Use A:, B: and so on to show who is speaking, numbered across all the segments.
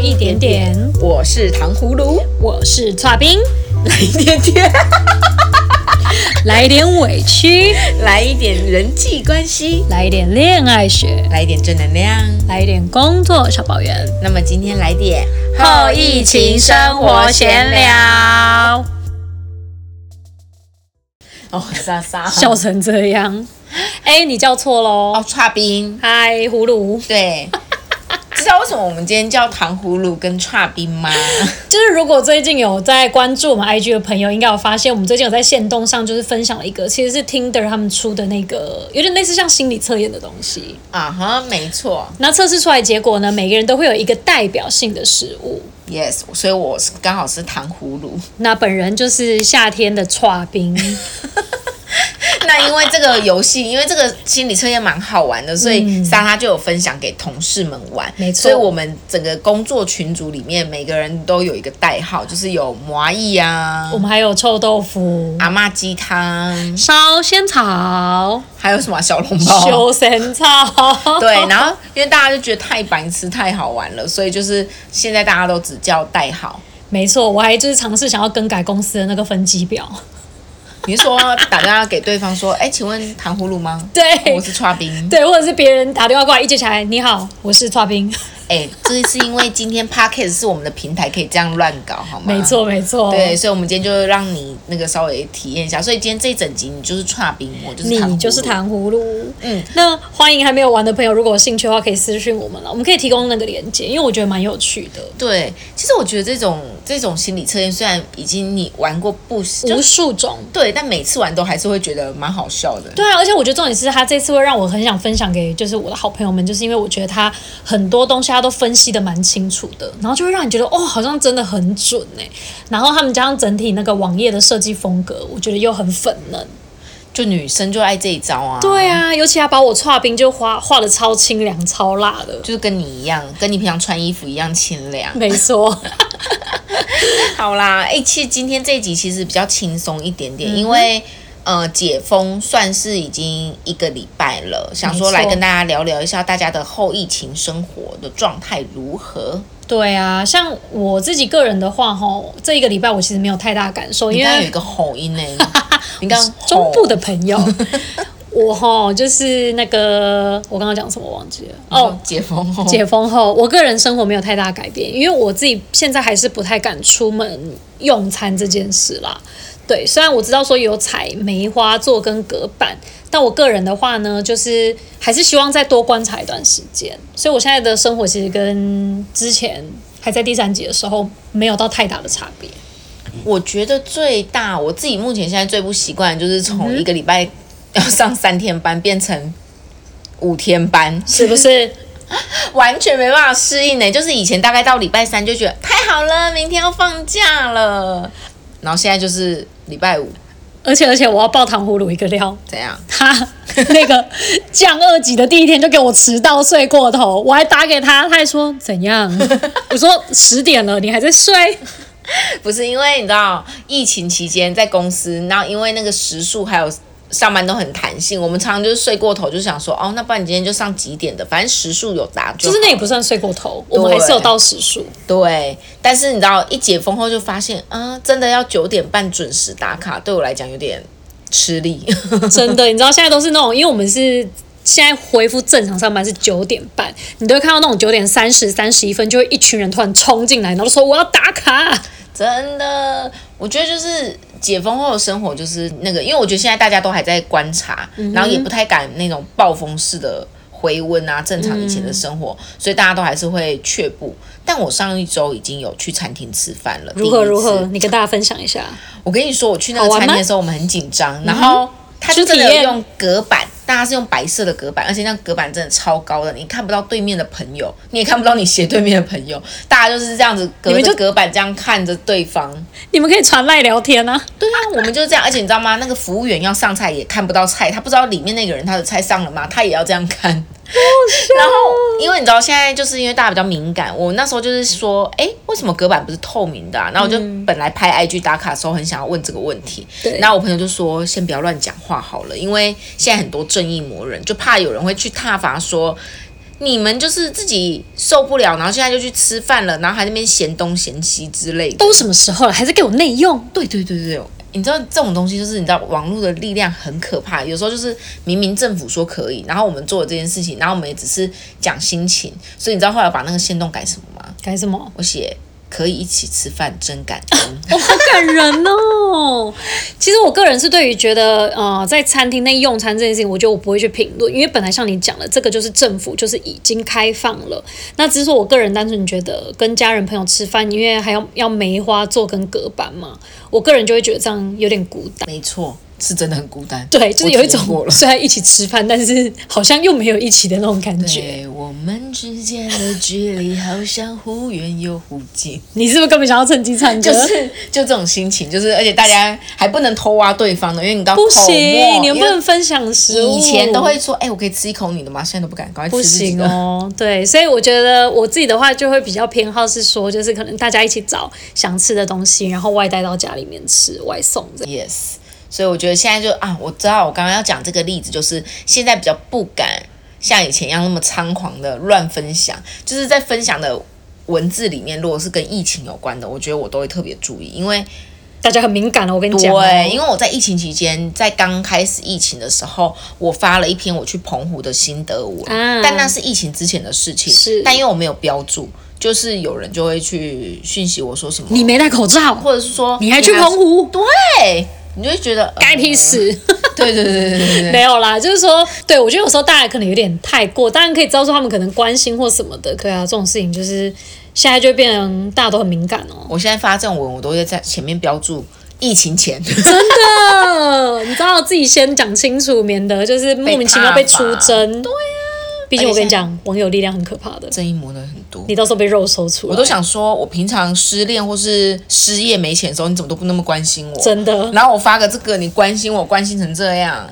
A: 一点点，
B: 我是糖葫芦，
A: 我是蔡冰，
B: 来一点点，
A: 来一点委屈，
B: 来一点人际关系，
A: 来一点恋爱学，
B: 来一点正能量。
A: 来一点工作小抱怨，
B: 那么今天来点
A: 聊。
B: 哦，莎莎，
A: 笑成这样，哎、你叫错
B: 哦，
A: 喽！
B: 叉冰，
A: 嗨、葫芦，
B: 对，知道为什么我们今天叫糖葫芦跟叉冰吗？
A: 就是如果最近有在关注我们 IG 的朋友，应该有发现我们最近有在线动上就是分享了一个，其实是 Tinder 他们出的那个有点类似像心理测验的东西。
B: 啊哈，没错
A: 然后测试出来结果呢，每个人都会有一个代表性的食物。
B: ，yes，所以我是刚好是糖葫芦。
A: 那本人就是夏天的刨冰，
B: 那因为这个游戏，因为这个心理测验蛮好玩的，所以莎莎就有分享给同事们玩。
A: 嗯没错
B: 所以我们整个工作群组里面，每个人都有一个代号，就是有麻蚁啊
A: 我、们还有臭豆腐、
B: 阿嬷鸡汤，
A: 烧仙草、
B: 还有什么啊小笼 包。
A: 修仙草。
B: 对，然后因为大家就觉得太白痴、太好玩了，所以就是现在大家都只叫代号。
A: 没错，我还就是尝试想要更改公司的那个分级表。
B: 你是说打电话给对方说：“哎、请问糖葫芦吗？” 哦
A: 对
B: 我是叉冰。
A: 对，或者是别人打电话过来一接起来，你好，我是刷 冰。
B: 哎、这是因为今天 p o c k e t 是我们的平台，可以这样乱搞，好吗？
A: 没错，没错。
B: 对，，所以我们今天就让你那个稍微体验一下。所以今天这一整集你就是串冰，我就是糖葫芦
A: 你就是。糖葫芦。
B: 嗯，
A: 那欢迎还没有玩的朋友，如果有兴趣的话，可以私讯我们了，我们可以提供那个链接，因为我觉得蛮有趣的。
B: 对，其实我觉得这种这种心理测验虽然已经你玩过不就
A: 无数种。
B: 对，但每次玩都还是会觉得蛮好笑的。
A: 对啊，而且我觉得重点是他这次会让我很想分享给就是我的好朋友们，就是因为我觉得他很多东西他都分析的蛮清楚的，然后就会让你觉得哦，好像真的很准哎、然后他们加上整体那个网页的设计风格，我觉得又很粉嫩。
B: 就女生就爱这一招啊。
A: 对啊，尤其他把我画冰就画画的超清凉、超辣的，
B: 就是跟你一样，跟你平常穿衣服一样清凉。
A: 没错。
B: 好啦，哎、其实今天这一集其实比较轻松一点
A: 嗯
B: 点，因为呃解封算是已经一个礼拜了，想说来
A: 没错
B: 跟大家聊聊一下大家的后疫情生活的状态如何。
A: 对啊，像我自己个人的话，吼，这一个礼拜我其实没有太大感受，
B: 你
A: 因
B: 刚刚有一
A: 为
B: 个吼音 呢、你刚刚
A: 哦中部的
B: 吼
A: 朋 友，我吼就是那个我刚刚讲什么我忘记了哦。
B: 哦，解封吼，
A: 解封后，我个人生活没有太大改变，因为我自己现在还是不太敢出门用餐这件事啦。对，虽然我知道说有采梅花座跟隔板，但我个人的话呢，就是还是希望再多观察一段时间。所以我现在的生活其实跟之前还在第三集的时候没有到太大的差别。
B: 我觉得最大我自己目前现在最不习惯的就是
A: 嗯
B: 从一个礼拜要上三天班变成五天班，
A: 是不是？
B: 完全没办法适应呢、就是以前大概到礼拜三就觉得太好了，明天要放假了，然后现在就是礼拜五
A: 而且而且，我要爆糖葫芦一个料，
B: 怎样？
A: 他那个降二级的第一天就给我迟到睡过头，我还打给他，他还说怎样？我说十点了，你还在睡？
B: 不是因为你知道疫情期间在公司，然后因为那个时数还有。上班都很弹性，我们常常就是睡过头，就想说哦，那不然你今天就上几点的，反正时数有达就
A: 就
B: 好
A: 是那也不算睡过头，我们还是有到时数。
B: 对，但是你知道，一解封后就发现，啊，真的要九点半准时打卡，对我来讲有点吃力。
A: 真的，你知道现在都是那种，因为我们是。现在恢复正常上班是九点半，你都会看到那种九点三十、三十一分，就会一群人突然冲进来，然后说我要打卡。
B: 真的，我觉得就是解封后的生活，就是那个，因为我觉得现在大家都还在观察，
A: 嗯
B: 然后也不太敢那种暴风式的回温啊，正常以前的
A: 嗯
B: 生活，所以大家都还是会却步。但我上一周已经有去餐厅吃饭了，
A: 如何
B: 第一
A: 如
B: 次
A: 何？？你跟大家分享一下。
B: 我跟你说，我去那个
A: 好玩
B: 餐
A: 吗嗯
B: 厅的时候，我们很紧张，然后他就真
A: 去体
B: 的有
A: 验
B: 用隔板，大家是用白色的隔板，而且那个隔板真的超高的，你看不到对面的朋友，你也看不到你斜对面的朋友，大家就是这样子隔
A: 你们
B: 着
A: 就
B: 隔板这样看着对方。
A: 你们可以传赖聊天啊，
B: 对啊，我们就是这样，而且你知道吗？那个服务员要上菜也看不到菜，他不知道里面那个人他的菜上了吗？他也要这样看。然后，因为你知道现在就是因为大家比较敏感，我那时候就是说，诶，为什么隔板不是透明的、啊？然后我就本来拍 IG 打卡的时候很想要问这个问题，
A: 对
B: 然后我朋友就说先不要乱讲话好了，因为现在很多正义魔人就怕有人会去挞伐说。你们就是自己受不了，然后现在就去吃饭了，然后还在那边嫌东嫌西之类的。
A: 都什么时候了，还是给我内用？
B: 对对对对，你知道这种东西就是你知道网络的力量很可怕，有时候就是明明政府说可以，然后我们做了这件事情，然后我们也只是讲心情，所以你知道后来把那个限动改什么吗？
A: 改什么？
B: 我写可以一起吃饭，真感恩。
A: 哦，好感人哦！其实我个人是对于觉得，呃，在餐厅内用餐这件事情，我觉得我不会去评论，因为本来像你讲的，这个就是政府就是已经开放了。那只是说我个人单纯觉得跟家人朋友吃饭，因为还要要梅花座跟隔板嘛，我个人就会觉得这样有点孤单。
B: 没错，是真的很孤单。
A: 对，就是有
B: 我
A: 一
B: 体验过
A: 种
B: 了。
A: 虽然一起吃饭，但 是好像又没有一起的那种感觉。
B: 对我们之间的距离好像忽远又忽近，
A: 你是不是根本想要趁机唱歌？
B: 就是就这种心情，就是而且大家还不能偷挖对方的，因为你刚
A: 不行，你
B: 因
A: 们不
B: 为
A: 能分享食物。
B: 以前都会说，哎、我可以吃一口你的吗？现在都不敢，赶快
A: 不
B: 吃自己
A: 行
B: 的。
A: 哦，对，所以我觉得我自己的话就会比较偏好是说，就是可能大家一起找想吃的东西，然后外带到家里面吃，外送这样。
B: Yes，所以我觉得现在就啊，我知道我刚刚要讲这个例子，就是现在比较不敢像以前一样那么猖狂的乱分享，就是在分享的文字里面，如果是跟疫情有关的，我觉得我都会特别注意，因为
A: 大家很敏感了，我跟你讲、哦。
B: 对，因为我在疫情期间，在刚开始疫情的时候，我发了一篇我去澎湖的心得文，
A: 啊
B: 但那是疫情之前的事情，
A: 是
B: 但因为我没有标注，就是有人就会去讯息我说什么，
A: 你没戴口罩，
B: 或者是说
A: 你还去澎，湖，
B: 对，你就会觉得
A: 该屁，事。
B: 呃 对对对对对对对。
A: 没有啦，就是说，对我觉得有时候大家可能有点太过，当然可以知道说他们可能关心或什么的，可以啊，这种事情就是现在就变成大家都很敏感哦。
B: 我现在发这种文，我都会在前面标注疫情前，
A: 真的，
B: 嗯
A: 你知道自己先讲清楚，免得就是莫名其妙被出征。对啊，毕竟我跟你讲，网友力量很可怕的，
B: 正义魔人很多。
A: 你到时候被肉搜出来，
B: 我都想说，我平常失恋或是失业没钱的时候，你怎么都不那么关心我？
A: 真的
B: 然后我发个这个，你关心我，关心成这样，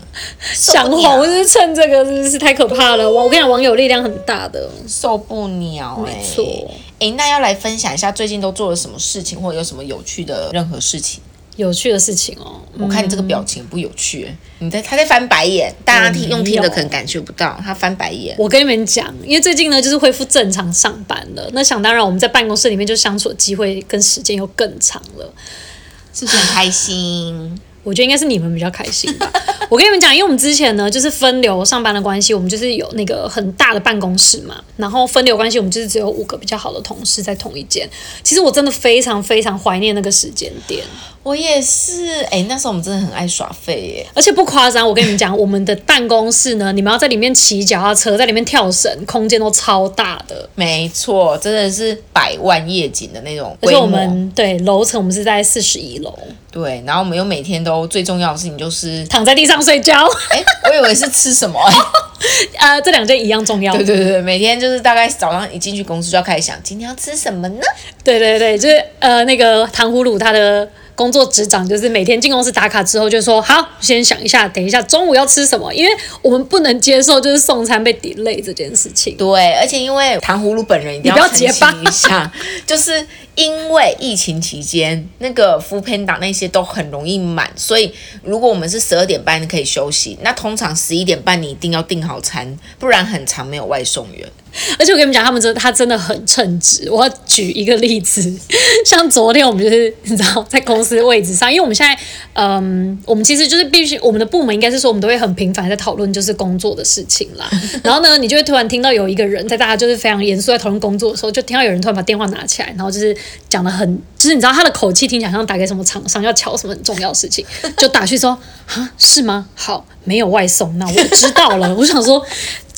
A: 想红就是趁这个，真的是太可怕了。我我跟你讲，网友力量很大的，
B: 受不了、欸。
A: 没错。
B: 哎、那要来分享一下最近都做了什么事情，或者有什么有趣的任何事情？
A: 有趣的事情哦。
B: 我看你这个表情不有趣、欸你在他在翻白眼，大
A: 嗯
B: 家听用听的可能感觉不到，他翻白眼。
A: 我跟你们讲，因为最近呢，就是恢复正常上班了。那想当然，我们在办公室里面就相处的机会跟时间又更长了。
B: 是不是很开心？
A: 我觉得应该是你们比较开心 吧。我跟你们讲，因为我们之前呢，就是分流上班的关系，我们就是有那个很大的办公室嘛，然后分流关系，我们就是只有五个比较好的同事在同一间。其实我真的非常非常怀念那个时间点，
B: 我也是，哎、那时候我们真的很爱耍废耶。
A: 而且不夸张，我跟你们讲，我们的办公室呢，你们要在里面骑脚踏车，在里面跳绳，空间都超大的。
B: 没错，真的是百万夜景的那种
A: 而
B: 规
A: 且
B: 模。
A: 我们对楼层，我们是在四十一 楼，
B: 对，然后我们又每天都最重要的事情就是，
A: 躺在地上睡觉。
B: 哎、我以为是吃什么、哎
A: 呃，这两件一样重要。
B: 对对对，每天就是大概早上一进去公司就要开始想今天要吃什么呢？
A: 对对对，就是呃，那个糖葫芦他的工作职掌就是每天进公司打卡之后就说好，先想一下，等一下中午要吃什么，因为我们不能接受就是送餐被 delay 这件事情。
B: 对，而且因为糖葫芦本人一定
A: 你不要
B: 澄
A: 结巴
B: 清一 下，就是因为疫情期间那个 f o o Panda 那些都很容易满，所以如果我们是十二点半可以休息，那通常十一点半你一定要订好餐，不然很长没有外送员。
A: 而且我跟你们讲，他们真的他真的很称职。我要举一个例子， 像昨天我们就是你知道在公司位置上，因为我们现在嗯，我们其实就是必须我们的部门应该是说我们都会很频繁地在讨论就是工作的事情啦。然后呢，你就会突然听到有一个人在大家就是非常严肃在讨论工作的时候，就听到有人突然把电话拿起来，然后就是讲的很，就是你知道他的口气听起来像打给什么厂商要瞧什么很重要的事情，就打去说啊是吗？好，没有外送，那我知道了。我想说。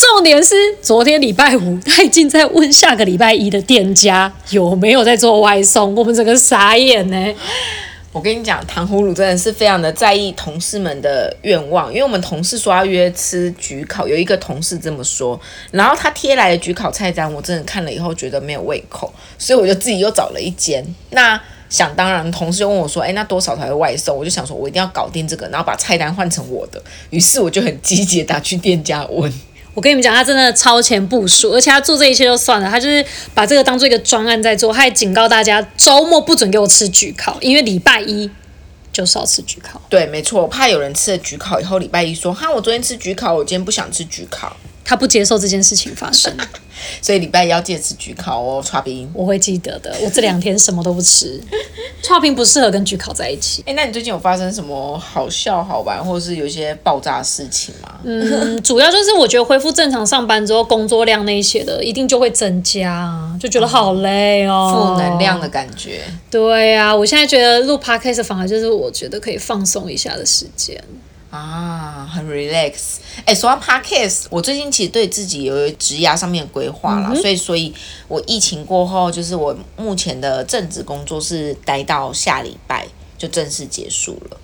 A: 重点是昨天礼拜五，他已经在问下个礼拜一的店家有没有在做外送，我们整个傻眼呢、
B: 我跟你讲，糖葫芦真的是非常的在意同事们的愿望，因为我们同事说哎要约吃焗烤，有一个同事这么说，然后他贴来的焗烤菜单，我真的看了以后觉得没有胃口，所以我就自己又找了一间。那想当然，同事就问我说：“哎，那多少才会外送？”我就想说，我一定要搞定这个，然后把菜单换成我的。于是我就很积极地打去店家问。
A: 我跟你们讲，他真的超前部署，而且他做这一切就算了，他就是把这个当做一个专案在做，他还警告大家周末不准给我吃焗烤，因为礼拜一就是要吃焗烤。
B: 对，没错，我怕有人吃了焗烤以后，礼拜一说：“哈，我昨天吃焗烤，我今天不想吃焗烤。”
A: 他不接受这件事情发生，
B: 所以礼拜一要戒吃焗烤哦，刷冰。
A: 我会记得的。我这两天什么都不吃，刨冰不适合跟焗烤在一起。
B: 哎，那你最近有发生什么好笑、好玩，或者是有一些爆炸的事情吗？
A: 嗯，主要就是我觉得恢复正常上班之后，工作量那一些的一定就会增加啊，就觉得好累哦，
B: 负能量的。感觉，
A: 对啊，我现在觉得录 podcast 反而就是我觉得可以放松一下的时间。
B: 啊，很 relax。哎、说到 podcast，我最近其实对自己有一个职涯上面的规划啦，所以，所以我疫情过后，就是我目前的正职工作是待到下礼拜就正式结束了。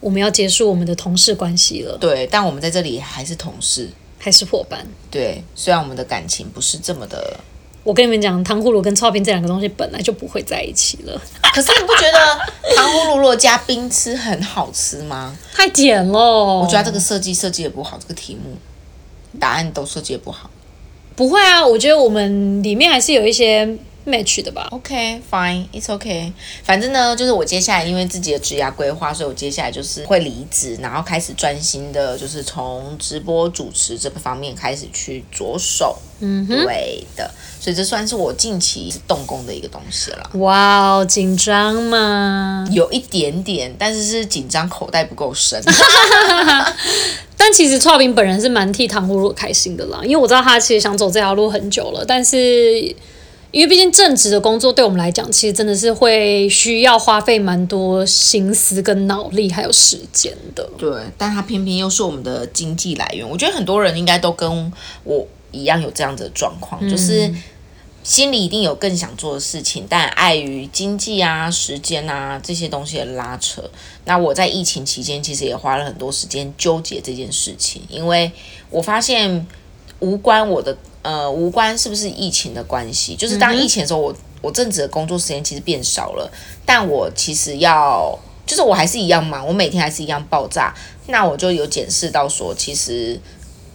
A: 我们要结束我们的同事关系了，
B: 对，但我们在这里还是同事。
A: 还是伙伴？
B: 对，虽然我们的感情不是这么的，
A: 我跟你们讲，糖葫芦跟刨冰这两个东西本来就不会在一起了，
B: 可是你不觉 得糖葫芦若加冰吃很好吃吗？
A: 太简了。我
B: 我觉得这个设计设计的不好，这个题目答案都设计的不好。
A: 不会啊，我觉得我们里面还是有一些 match 的吧。
B: OK fine, it's OK。反正呢，就是我接下来因为自己的职业规划，所以我接下来就是会离职，然后开始专心的，就是从直播主持这个方面开始去着手。嗯，对的。所以这算是我近期动工的一个东西了。
A: 哇哦，紧张吗？
B: 有一点点，但是是紧张，口袋不够深。
A: 但其实超饼本人是蛮替糖葫芦开心的啦，因为我知道他其实想走这条路很久了，但是因为毕竟正职的工作对我们来讲，其实真的是会需要花费蛮多心思、跟脑力还有时间的。
B: 对，但它偏偏又是我们的经济来源。我觉得很多人应该都跟我一样有这样子的状况，就是心里一定有更想做的事情，但碍于经济啊、时间啊这些东西的拉扯。那我在疫情期间其实也花了很多时间纠结这件事情，因为我发现无关我的呃无关是不是疫情的关系，就是当疫情的时候，我我正职的工作时间其实变少了，但我其实要就是我还是一样忙，我每天还是一样爆炸，那我就有检视到说，其实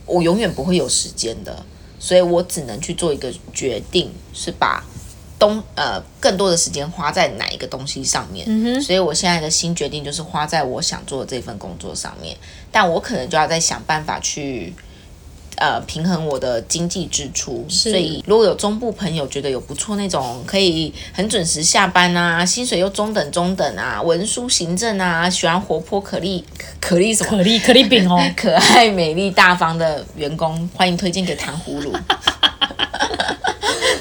B: 我永远不会有时间的，所以我只能去做一个决定，是把东呃更多的时间花在哪一个东西上面。嗯、所以我现在的新决定就是花在我想做的这份工作上面，但我可能就要再想办法去。呃，平衡我的经济支出，所以如果有中部朋友觉得有不错那种可以很准时下班啊，薪水又中等中等啊，文书行政啊，喜欢活泼可力可力什么
A: 可丽可丽饼哦，
B: 可爱、美丽、大方的员工，欢迎推荐给糖葫 芦。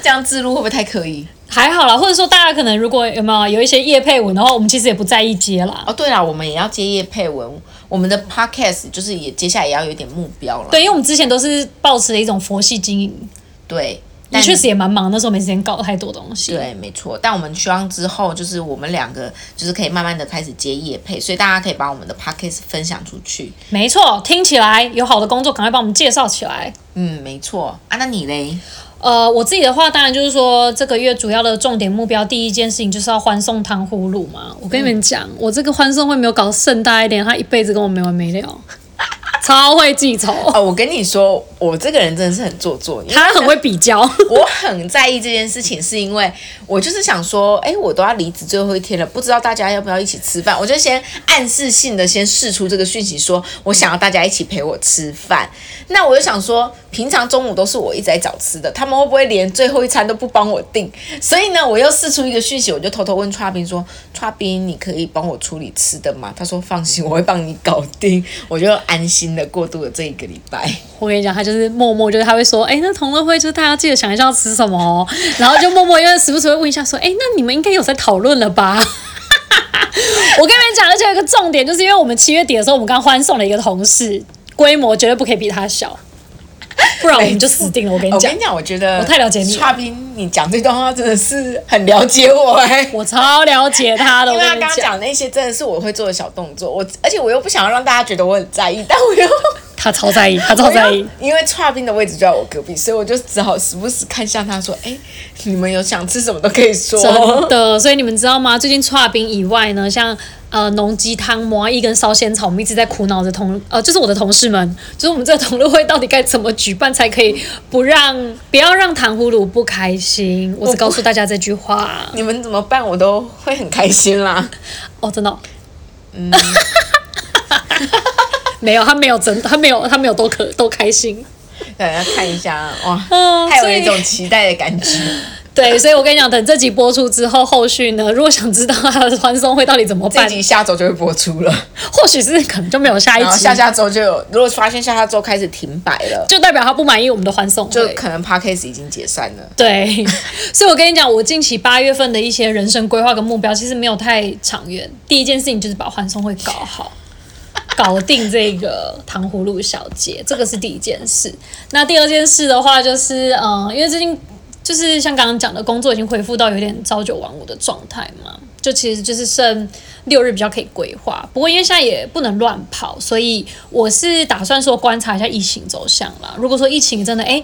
B: 这样自录会不会太刻意？
A: 还好啦，或者说大家可能如果有没有有一些业配文的话，我们其实也不在意接啦。
B: 哦，对了，我们也要接叶配文，我们的 podcast 就是也接下来也要有点目标了。
A: 对，因为我们之前都是保持了一种佛系经营，
B: 对，
A: 也
B: 但
A: 确实也蛮忙，那时候没时间搞太多东西。
B: 对，没错。但我们希望之后就是我们两个就是可以慢慢的开始接叶配，所以大家可以把我们的 podcast 分享出去。
A: 没错，听起来有好的工作，赶快帮我们介绍起来。
B: 嗯，没错啊。那你嘞？
A: 呃，我自己的话，当然就是说，这个月主要的重点目标，第一件事情就是要欢送糖葫芦嘛。我跟你们讲，我这个欢送会没有搞盛大一点，他一辈子跟我没完没了，超会记仇，
B: 哦，我跟你说，我这个人真的是很做作，因为
A: 他很会比较。
B: 我很在意这件事情，是因为 我就是想说，哎、我都要离职最后一天了，不知道大家要不要一起吃饭，我就先暗示性的先试出这个讯息说我想要大家一起陪我吃饭。那我就想说，平常中午都是我一直在找吃的，他们会不会连最后一餐都不帮我订？所以呢，我又试出一个讯息，我就偷偷问川斌说：“川斌，你可以帮我处理吃的吗？”他说：“放心，我会帮你搞定。”我就安心的过渡了这一个礼拜。
A: 我跟你讲，他就是默默，就是他会说，哎、那同乐会就是大家记得想一下要吃什么哦，然后就默默因为时不时会问一下说，哎、那你们应该有在讨论了吧？ 我跟你们讲，而且有一个重点，就是因为我们七月底的时候，我们刚欢送了一个同事，规模绝对不可以比他小，不然我们就死定了。我跟你
B: 哦我
A: 讲
B: 跟你，讲，我觉得
A: 我太了解你了
B: 差斌，你讲这段话真的是很了解我哎、
A: 我超了解他的，
B: 因
A: 我
B: 为他
A: 跟你
B: 刚刚
A: 讲，
B: 讲那些真的是我会做的小动作，我而且我又不想要让大家觉得我很在意，但我又
A: 他超在意， 他超在意。，
B: 因为差斌的位置就在我隔壁，所以我就只好时不时看向他说：“哎、你们有想吃什么都可以说。”
A: 真的，所以你们知道吗？最近刨冰以外呢，像呃浓鸡汤、麻意跟烧仙草，我们一直在苦恼着同呃，就是我的同事们，就是我们这个同乐会到底该怎么举办才可以不让不要让糖葫芦不开心？我只告诉大家这句话
B: 你们怎么办？我都会很开心啦。
A: 哦，真的、嗯。 没有，他没有真的，他没有，他没有都可都开心。
B: 大家看一下， 哇，
A: 嗯
B: 太有
A: 所以
B: 一种期待的感觉。
A: 对，所以我跟你讲，等这集播出之后，后续呢，如果想知道他的团松会到底怎么
B: 这
A: 办，
B: 集下周就会播出 了，
A: 或许是可能就没有下一
B: 然后
A: 集，
B: 下下周就有，如果发现下下周开始停摆了，
A: 就代表他不满意我们的欢送
B: 就
A: 会。
B: 可能 podcast 已经解散了。
A: 对， 所以我跟你讲，我近期八月份的一些人生规划跟目标，其实没有太长远。第一件事情就是把欢送会搞好，搞定这个糖葫芦小姐，这个是第一件事。那第二件事的话，就是嗯、呃因为最近就是像刚刚讲的，工作已经恢复到有点朝九晚五的状态嘛，就其实就是剩六日比较可以规划。不过因为现在也不能乱跑，所以我是打算说观察一下疫情走向啦。如果说疫情真的哎、诶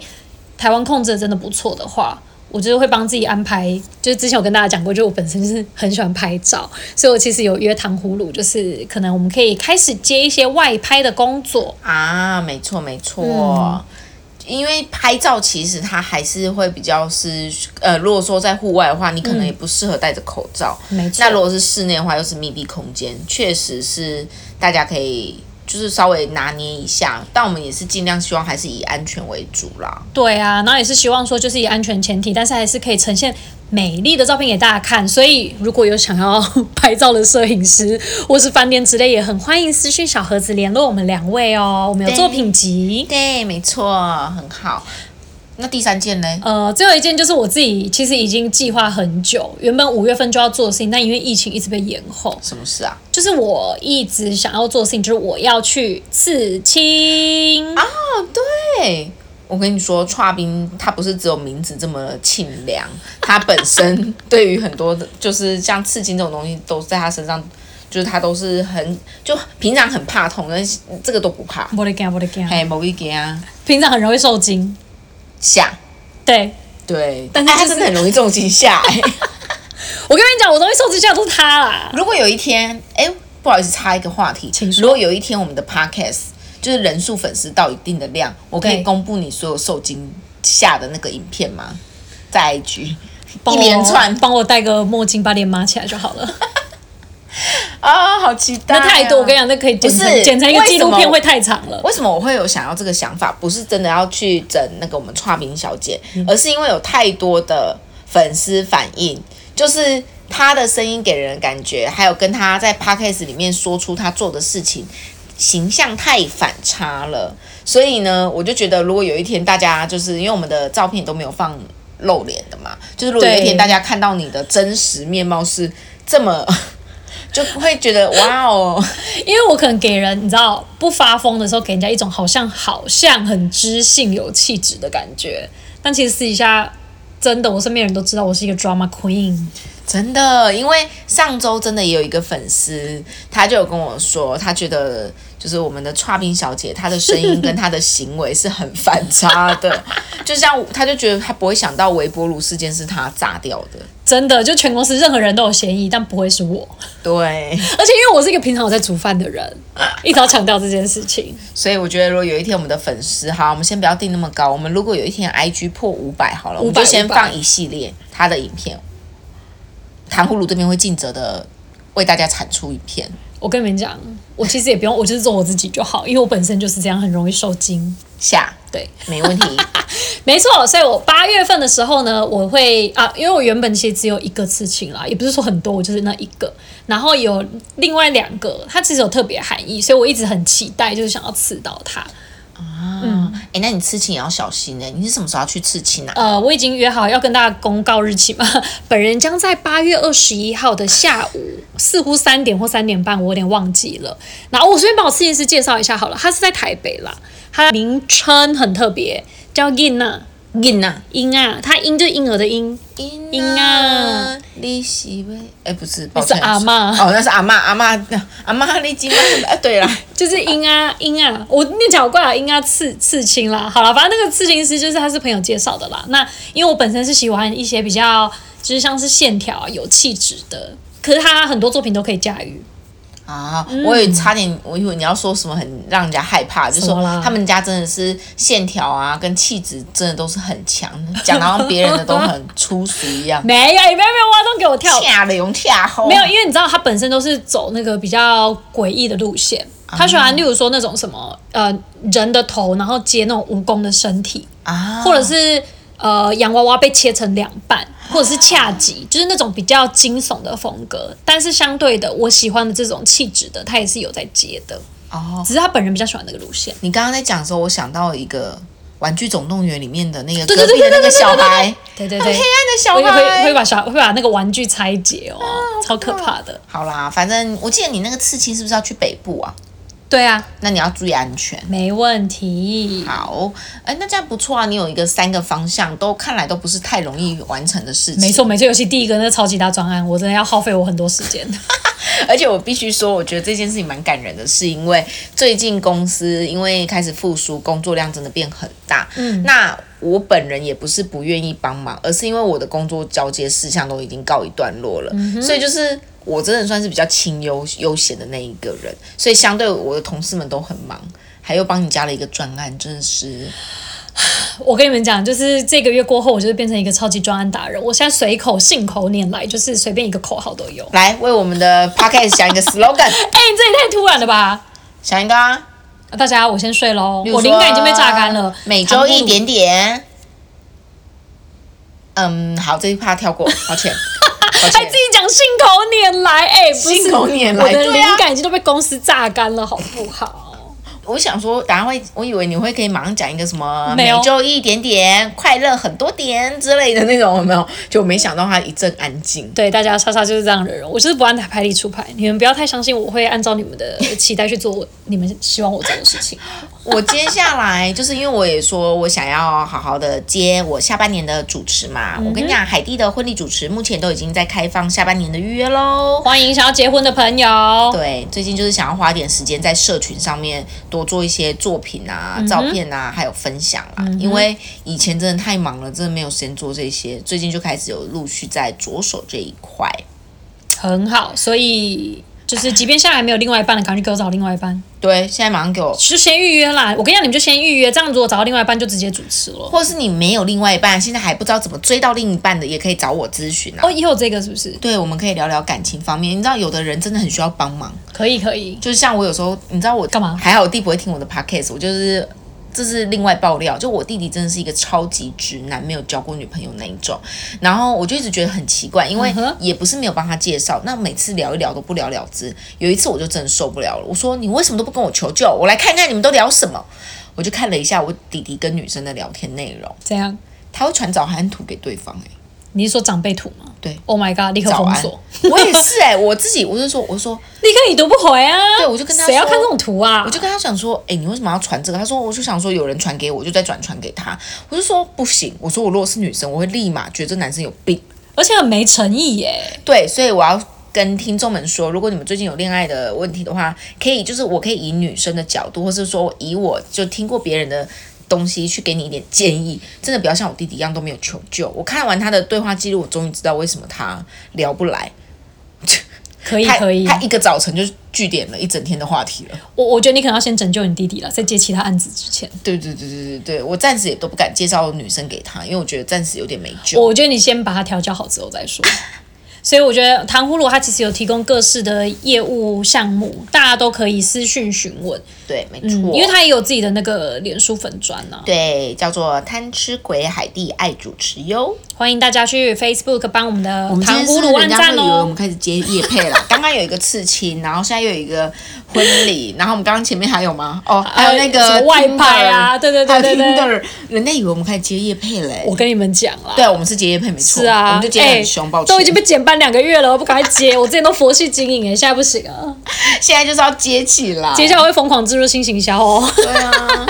A: 台湾控制的真的不错的话。我就是会帮自己安排，就是之前有跟大家讲过，就我本身就是很喜欢拍照，所以我其实有约糖葫芦，就是可能我们可以开始接一些外拍的工作，
B: 啊，没错没错。因为拍照其实它还是会比较是，呃，如果说在户外的话，你可能也不适合戴着口罩。
A: 没错
B: 那如果是室内的话，又是密闭空间，确实是大家可以就是稍微拿捏一下，但我们也是尽量希望还是以安全为主啦。
A: 对啊，然后也是希望说，就是以安全前提，但是还是可以呈现美丽的照片给大家看。所以如果有想要拍照的摄影师或是饭店之类，也很欢迎私讯小盒子联络我们两位哦。我们有
B: 对
A: 作品集。
B: 对，没错，很好。那第三件呢？
A: 呃，最后一件就是我自己其实已经计划很久，原本五月份就要做的事情，但因为疫情一直被延后。
B: 什么事啊？
A: 就是我一直想要做的事情，就是我要去刺青。
B: 哦，对，我跟你说， 串冰它不是只有名字这么清凉，它本身对于很多的，就是像刺青这种东西，都在他身上，就是他都是很就平常很怕痛，但是这个都不怕。
A: 我的干，我的干，
B: 哎，某一点啊，
A: 平常很容易受惊，
B: 下
A: 对，
B: 对，
A: 但是
B: 哎他
A: 就是
B: 真的很容易中惊吓、哎
A: 我跟你讲，我容易受惊吓都是他啦。
B: 如果有一天，哎，不好意思，插一个话题
A: 请，说
B: 如果有一天我们的 podcast 就是人数粉丝到一定的量，我可以
A: 对
B: 公布你所有受惊吓的那个影片吗？在 IG
A: 帮
B: 一
A: 我
B: 连串
A: 帮我戴个墨镜把脸抹起来就好了。
B: 啊、好期待、
A: 那太多，我跟你，讲，那可以剪
B: 不
A: 成
B: 是
A: 剪成一个纪录
B: 为什
A: 片
B: 么
A: 会太长了。
B: 为什么我会有想要这个想法？不是真的要去整那个我们串冰小姐，而是因为有太多的粉丝反应，就是她的声音给人的感觉，还有跟她在 podcast 里面说出她做的事情，形象太反差了。所以呢，我就觉得，如果有一天大家就是因为我们的照片都没有放露脸的嘛，就是如果有一
A: 对
B: 天大家看到你的真实面貌是这么，就会觉得哇哦。
A: 因为我可能给人你知道不发疯的时候，给人家一种好像好像很知性有气质的感觉，但其实私底下真的，我身边人都知道我是一个 drama queen。
B: 真的，因为上周真的也有一个粉丝，他就有跟我说，他觉得就是我们的叉冰小姐，她的声音跟她的行为是很反差的， 就像他就觉得他不会想到微波炉事件是他炸掉的，
A: 真的，就全公司任何人都有嫌疑，但不会是我。
B: 对，
A: 而且因为我是一个平常有在煮饭的人，一直要强调这件事情。
B: 所以我觉得如果有一天我们的粉丝，好，我们先不要定那么高，我们如果有一天 IG 破五百好了，我们就先
A: 500
B: 放一系列他的影片，糖葫芦这边会尽责的为大家产出一片。
A: 我跟你们讲，我其实也不用，我就是做我自己就好，因为我本身就是这样，很容易受惊。
B: 下，
A: 对，
B: 没问题。
A: 没错，所以我八月份的时候呢，我会啊，因为我原本其实只有一个刺青啦，也不是说很多，我就是那一个，然后有另外两个，它其实有特别含义，所以我一直很期待，就是想要刺到它。
B: 嗯，哎、那你刺青也要小心呢、你是什么时候要去刺青啊？
A: 呃，我已经约好要跟大家公告日期嘛，本人将在八月二十一号的下午，似乎三点或三点半，我有点忘记了。然后我顺便帮我刺青师介绍一下好了，他是在台北啦，他名称很特别，叫 Gina
B: 印呐、啊，
A: 婴啊，他婴就是婴儿的婴。
B: 印
A: 印啊，
B: 你是喂？哎、不是，抱
A: 那是
B: 歉，
A: 阿嬷
B: 哦，那是阿嬷，阿嬷，阿嬷，你今晚哎，对啦，
A: 就是英啊英啊，我念讲过了，英啊刺刺青啦。好了，反正那个刺青师就是他是朋友介绍的啦。那因为我本身是喜欢一些比较就是像是线条啊有气质的，可是他很多作品都可以驾驭。
B: 啊，我也差点，我以为你要说什么很让人家害怕，就
A: 什
B: 说
A: 么啦，
B: 他们家真的是线条啊，跟气质真的都是很强，讲到别人的都很粗俗一样
A: 没有，你不要不要挖洞给我跳。
B: 跳了用跳后，
A: 没有，因为你知道他本身都是走那个比较诡异的路线，他喜欢，例如说那种什么呃人的头，然后接那种蜈蚣的身体，
B: 啊，
A: 或者是呃洋娃娃被切成两半，或者是恰吉，就是那种比较惊悚的风格。但是相对的，我喜欢的这种气质的，他也是有在接的，
B: 哦，
A: 只是他本人比较喜欢那个路线。
B: 你刚刚在讲的时候，我想到一个《玩具总动员》里面的那个
A: 对
B: 隔
A: 对
B: 壁的那个小孩，
A: 对对
B: 很黑暗
A: 对，
B: 的小
A: 我也会会
B: 孩。啊
A: 把小会把那个玩具拆解哦，超可怕的。
B: 好啦，反正我记得你那个刺青是不是要去北部啊？
A: 对啊，
B: 那你要注意安全。
A: 没问题。
B: 好，哎，那这样不错啊，你有一个三个方向都看来都不是太容易完成的事情。
A: 没错没错，尤其第一个那个超级大专案，我真的要耗费我很多时间。
B: 而且我必须说，我觉得这件事情蛮感人的，是因为最近公司因为开始复苏，工作量真的变很大。嗯，那我本人也不是不愿意帮忙，而是因为我的工作交接事项都已经告一段落了，所以就是。我真的算是比较清悠悠闲的那一个人，所以相对我的同事们都很忙，还有帮你加了一个专案，真的是
A: 我跟你们讲，就是这个月过后，我就是变成一个超级专案达人。我现在随口信口拈来，就是随便一个口号都有。
B: 来为我们的 podcast 想一个 slogan，
A: 哎、你这也太突然了吧！
B: 想一个啊，
A: 啊大家，我先睡喽，
B: 比如
A: 我灵感已经被榨干了
B: 说。每周一
A: 糖葫芦，
B: 点点。嗯，好，这一趴跳过，抱 歉，抱
A: 还自
B: 歉
A: 己。讲信口拈来，哎、不是
B: 信口拈来
A: 我的
B: 对
A: 灵
B: 啊
A: 感已经都被公司榨干了，好不好？
B: 我想说，等下会，我以为你会可以马上讲一个什么
A: 没
B: 每
A: 有
B: 周一点点，快乐很多点之类的那种，有没有？就没想到他一阵安 静。
A: 对，大家莎莎就是这样的人，我就是不按牌理出牌，你们不要太相信我会按照你们的期待去做你们希望我做的事情。
B: 我接下来就是因为我也说我想要好好的接我下半年的主持嘛，我跟
A: 嗯
B: 你讲，海蒂的婚礼主持目前都已经在开放下半年的预约喽。
A: 欢迎想要结婚的朋友，
B: 对，最近就是想要花点时间在社群上面多做一些作品啊、照片啊，还有分享啊。因为以前真的太忙了，真的没有时间做这些。最近就开始有陆续在着手这一块。
A: 很好，所以。就是，即便现在还没有另外一半的，赶紧给我找另外一半。
B: 对，现在马上给我，
A: 就先预约啦。我跟你讲，你们就先预约，这样如果找到另外一半就直接主持了。
B: 或是你没有另外一半，现在还不知道怎么追到另一半的，也可以找我咨询啊。
A: 哦，也有这个是不是？
B: 对，我们可以聊聊感情方面。你知道，有的人真的很需要帮忙，
A: 可以可以，
B: 就是像我有时候，你知道我
A: 干嘛
B: 还好我弟不会听我的 podcast，我就是这是另外爆料，就我弟弟真的是一个超级直男，没有交过女朋友那一种。然后我就一直觉得很奇怪，因为
A: 嗯哼
B: 也不是没有帮他介绍，那每次聊一聊都不了了之。有一次我就真的受不了了，我说你为什么都不跟我求救？我来看看你们都聊什么。我就看了一下我弟弟跟女生的聊天内容，
A: 怎样？
B: 他会传早安图给对方、欸，
A: 你是说长辈图吗？
B: 对
A: ，Oh my god，立刻
B: 早
A: 封
B: 安
A: 锁，。
B: 我也是哎、我自己我就说我说
A: 立刻已读不回啊！
B: 对我就跟他
A: 谁要
B: 说
A: 看这种图啊？
B: 我就跟他讲说，哎、你为什么要传这个？他说，我就想说有人传给我，我就再转传给他。我就说不行，我说我如果是女生，我会立马觉得这男生有病。
A: 而且很没诚意耶。
B: 对，所以我要跟听众们说，如果你们最近有恋爱的问题的话，可以就是我可以以女生的角度，或是说以我就听过别人的。东西去给你一点建议，真的不要像我弟弟一样都没有求救。我看完他的对话记录，我终于知道为什么他聊不来。
A: 可以
B: 他
A: 可以，
B: 他一个早晨就据点了一整天的话题了。
A: 我我觉得你可能要先拯救你弟弟了，在接其他案子之前，
B: 对对对对对对，我暂时也都不敢介绍女生给他，因为我觉得暂时有点没救。
A: 我觉得你先把他调教好之后 再说。所以我觉得糖葫芦它其实有提供各式的业务项目，大家都可以私讯询问，
B: 对，没错，
A: 嗯，因为他也有自己的那个脸书粉啊砖呐、
B: 对叫做贪吃鬼海蒂爱主持哟。
A: 欢迎大家去 Facebook 帮我们的
B: 我们今
A: 糖
B: 天
A: 葫
B: 是
A: 芦按
B: 人家
A: 赞
B: 会以为我
A: 哦
B: 们。开始 接夜配了。刚刚有一个刺青，然后现在又有一个婚礼，然后我们刚刚前面还有吗？哦，还有那
A: 还有
B: 个
A: 呃什么外派啊
B: Tinder，
A: 对对对对对
B: 还有 Tinder，人家以为我们开始接夜配嘞、
A: 我跟你们讲啦，
B: 对，我们是接夜配没错，
A: 是啊，
B: 我们就接得
A: 哎
B: 很凶，抱歉，
A: 都已经被减半两个月了，我不赶快接，我之前都佛系经营哎，现在不行 啊，
B: 现在就是要接起来，
A: 接下来会疯狂植入新行销 哦。
B: 对啊，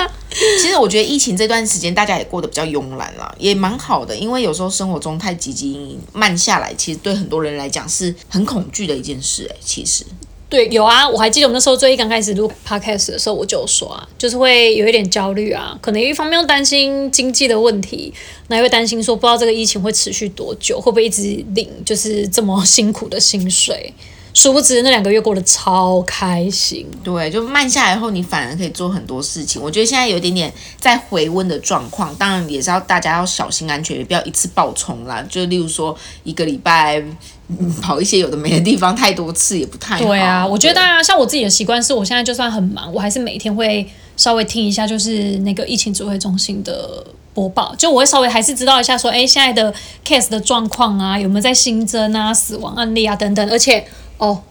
B: 其实我觉得疫情这段时间大家也过得比较慵懒啦，也蛮好的，因为有时候生活中太积极营营慢下来，其实对很多人来讲是很恐惧的一件事、哎，其实
A: 对，有啊，我还记得我们那时候最一刚开始录 podcast 的时候，我就有说啊，就是会有一点焦虑啊，可能一方面又担心经济的问题，那又会担心说不知道这个疫情会持续多久，会不会一直领就是这么辛苦的薪水。殊不知那两个月过得超开心。
B: 对，就慢下来后，你反而可以做很多事情。我觉得现在有一点点在回温的状况，当然也是要大家要小心安全，也不要一次爆冲啦。就例如说一个礼拜、嗯跑一些有的没的地方太多次也不太好。
A: 对啊，我觉得
B: 对
A: 大家像我自己的习惯是，我现在就算很忙，我还是每天会稍微听一下，就是那个疫情指挥中心的播报，就我会稍微还是知道一下说，哎，现在的 case 的状况啊，有没有在新增啊、死亡案例啊等等，而且哦，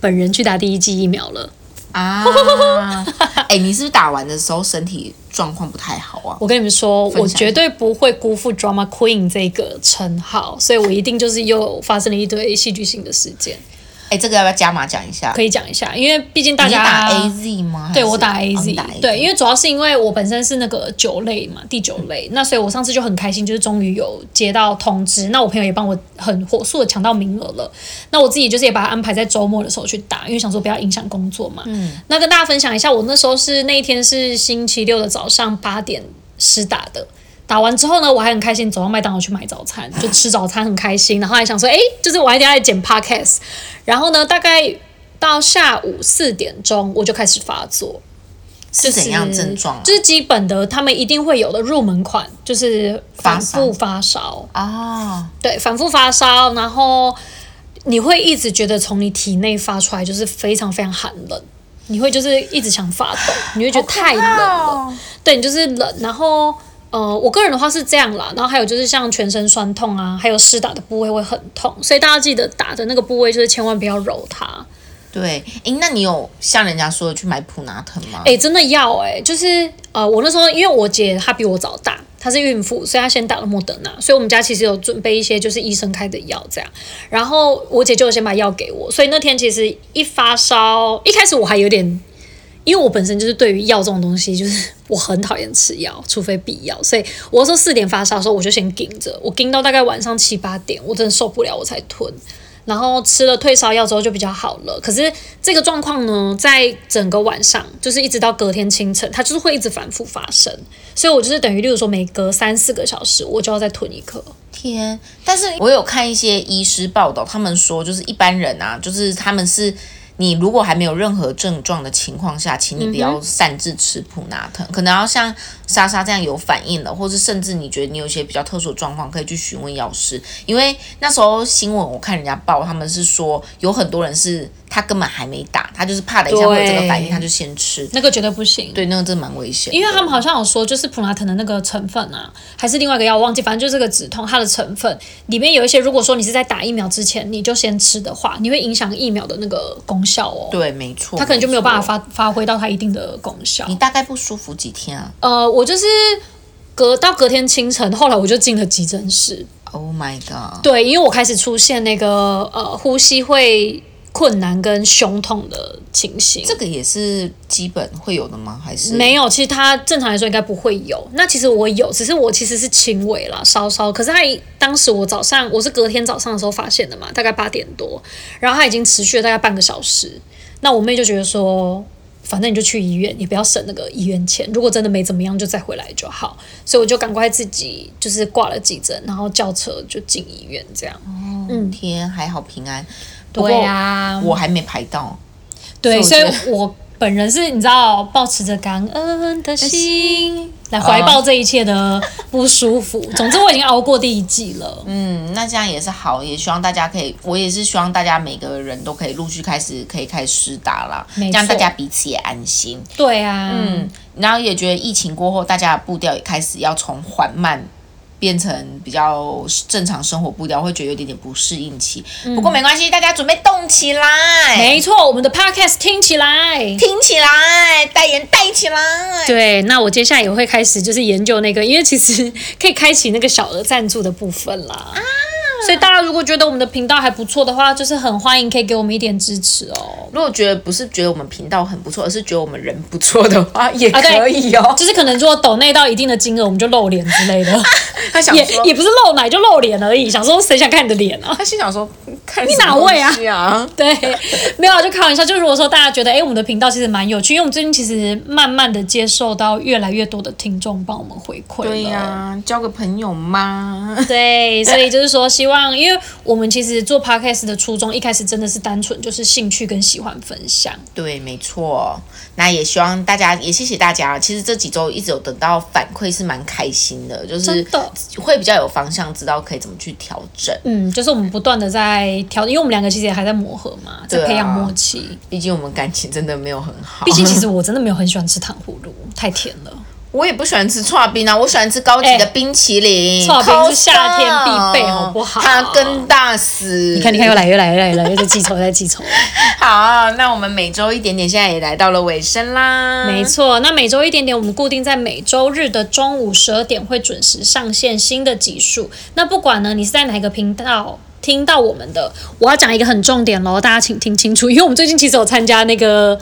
A: 本人去打第一剂疫苗了。
B: 啊， 哎、你是不是打完的时候身体状况不太好啊？
A: 我跟你们说，
B: 享
A: 我绝对不会辜负 drama queen 这个称号，所以我一定就是又发生了一堆戏剧性的事件，
B: 哎、这个要不要加码讲一下？
A: 可以讲一下，因为毕竟大
B: 你是
A: 家
B: 打 A Z 吗？
A: 对
B: 还是
A: 我打
B: 哦
A: A
B: 你
A: Z，、
B: 打 AZ
A: 对，因为主要是因为我本身是那个酒类嘛，第九类，那所以我上次就很开心，就是终于有接到通知，那我朋友也帮我很火速的抢到名额了，那我自己就是也把它安排在周末的时候去打，因为想说不要影响工作嘛。嗯，那跟大家分享一下，我那时候是那一天是星期六的早上八点施打的。打完之后呢，我还很开心，走到麦当劳去买早餐，就吃早餐很开心。然后还想说，哎、就是我还等一下来剪 podcast。然后呢，大概到下午四点钟，我就开始发作。
B: 是怎样症状啊？
A: 就是基本的，他们一定会有的入门款，就是反复发烧，
B: 啊，
A: 对，反复发烧，然后你会一直觉得从你体内发出来就是非常非常寒冷，你会就是一直想发抖，你会觉得太冷
B: 哦
A: 了，对你就是冷，然后。呃，我个人的话是这样啦，然后还有就是像全身酸痛啊，还有施打的部位会很痛，所以大家记得打的那个部位就是千万不要揉它。
B: 对，哎，那你有像人家说的去买普拿疼吗？
A: 哎、真的要哎、就是呃，我那时候因为我姐她比我早大，她是孕妇，所以她先打了莫德纳，所以我们家其实有准备一些就是医生开的药这样。然后我姐就有先把药给我，所以那天其实一发烧，一开始我还有点。因为我本身就是对于药这种东西，就是我很讨厌吃药，除非必要。所以我说四点发烧的时候，我就先盯着，我盯到大概晚上七八点，我真的受不了，我才吞。然后吃了退烧药之后就比较好了。可是这个状况呢，在整个晚上，就是一直到隔天清晨，它就是会一直反复发生。所以我就是等于，例如说每隔三四个小时，我就要再吞一颗。
B: 天！但是我有看一些医师报道，他们说就是一般人啊，就是他们是。你如果还没有任何症状的情况下，请
A: 嗯
B: 你不要擅自吃普拿疼，可能要像莎莎这样有反应了，或是甚至你觉得你有一些比较特殊的状况，可以去询问药师。因为那时候新闻我看人家报，他们是说有很多人是他根本还没打，他就是怕等一下会有这个反应，
A: 对
B: 他就先吃。
A: 那个绝对不行。
B: 对，那个真的蛮危险的，
A: 因为他们好像有说，就是普拿疼的那个成分啊，还是另外一个药，我忘记，反正就是这个止痛，它的成分里面有一些，如果说你是在打疫苗之前你就先吃的话，你会影响疫苗的那个功效哦。
B: 对，没错，
A: 它可能就没有办法
B: 错。
A: 发发挥到它一定的功效
B: 你。大概不舒服几天啊
A: 呃，我就是隔到隔天清晨，后来我就进了急诊室。
B: ？Oh my god！
A: 对，因为我开始出现那个呃呼吸会困难跟胸痛的情形。
B: 这个也是基本会有的吗？还是
A: 没有，其实它正常来说应该不会有。那其实我有，只是我其实是轻微啦，稍稍。可是它一当时我早上我是隔天早上的时候发现的嘛，大概八点多，然后它已经持续了大概半个小时。那我妹就觉得说，反正你就去医院，你不要省那个医院钱。如果真的没怎么样，就再回来就好。所以我就赶快自己就是挂了急诊，然后叫车就进医院这样。
B: 嗯，天还好平安。
A: 对啊
B: 不过我还没排到。
A: 对，
B: 所
A: 所
B: 以
A: 以
B: 我
A: 我本人是你知道，保持着感恩的心哎来怀抱这一切的不舒服。总之，我已经熬过第一季了。
B: 嗯，那这样也是好，也希望大家可以，我也是希望大家每个人都可以陆续开始可以开始施打啦，这
A: 没错
B: 样大家彼此也安心。
A: 对啊，
B: 嗯，然后也觉得疫情过后，大家的步调也开始要从缓慢变成比较正常生活步调，会觉得有点点不适应期。不过没关系，大家准备动起来，
A: 嗯没错，我们的 podcast 听起来。
B: 挺起来，代言带起来。
A: 对，那我接下来也会开始就是研究那个，因为其实可以开启那个小额赞助的部分啦。所以大家如果觉得我们的频道还不错的话，就是很欢迎可以给我们一点支持哦。
B: 如果觉得不是觉得我们频道很不错，而是觉得我们人不错的话，也
A: 啊对
B: 可以哦。
A: 就是可能如果抖内到一定的金额，我们就露脸之类的。
B: 他想
A: 也
B: 说，
A: 也不是露奶就露脸而已，想说谁想看你的脸啊？
B: 他心想说，看你
A: 哪位啊
B: 啊？
A: 对，没有啊就开玩笑。就如果说大家觉得，哎、我们的频道其实蛮有趣，因为我们最近其实慢慢的接受到越来越多的听众帮我们回馈
B: 啊
A: 了
B: 对呀、交个朋友嘛。
A: 对，所以就是说，希让，因为我们其实做 podcast 的初衷一开始真的是单纯就是兴趣跟喜欢分享。
B: 对，没错。那也希望大家，也谢谢大家。其实这几周一直有等到反馈，是蛮开心的，就是
A: 真的
B: 会比较有方向，知道可以怎么去调整。
A: 嗯，就是我们不断的在调，因为我们两个其实也还在磨合嘛，在
B: 对啊
A: 培养默契。
B: 毕竟我们感情真的没有很好
A: 毕，竟其实我真的没有很喜欢吃糖葫芦，太甜 了。
B: 我也不喜欢吃串冰啊，我喜欢吃高级的
A: 哎
B: 冰淇淋。
A: 刨冰
B: Cold
A: 是夏天必备
B: Stone
A: 好不好
B: 哈根达斯，
A: 你看，你看，又来，又来，又来，又来，又在记仇，又在记仇。
B: 好，那我们每周一点点现在也来到了尾声啦。
A: 没错，那每周一点点，我们固定在每周日的中午十二点会准时上线新的集数。那不管呢，你是在哪个频道。听到我们的，我要讲一个很重点喽，大家请听清楚，因为我们最近其实有参加那个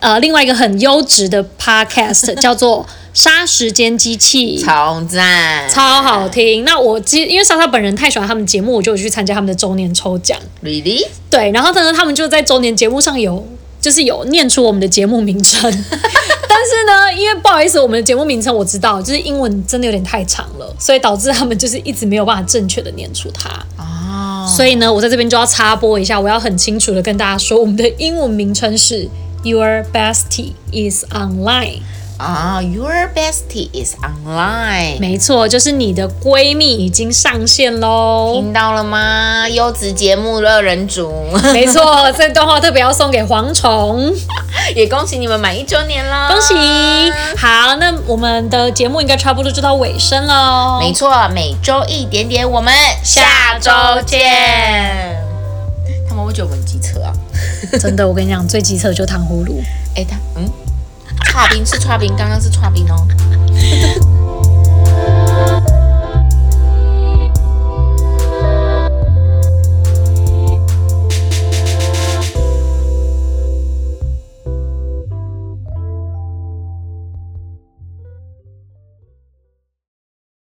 A: 呃另外一个很优质的 podcast，叫做《杀时间机器》，
B: 超赞，
A: 超好听。那我其实因为莎莎本人太喜欢他们节目，我就有去参加他们的周年抽奖。
B: really，
A: 对，然后呢，他们就在周年节目上有，就是有念出我们的节目名称。但是呢，因为不好意思，我们的节目名称我知道，就是英文真的有点太长了，所以导致他们就是一直没有办法正确的念出它。
B: 哦，
A: 所以呢，我在这边就要插播一下，我要很清楚的跟大家说，我们的英文名称是 Your Bestie is Online。
B: 啊、y o u r bestie is online，
A: 没错，就是你的闺蜜已经上线喽。
B: 听到了吗？优质节目热人组，
A: 没错，这段话特别要送给蝗虫。
B: 也恭喜你们满一周年啦！
A: 恭喜！好，那我们的节目应该差不多就到尾声哦喽。
B: 没错，每周一点点，我们下周见。他们会觉得我们机车啊？
A: 真的，我跟你讲，最机车就是糖葫芦。
B: 哎，他嗯，叉冰是叉冰，刚刚是叉冰哦。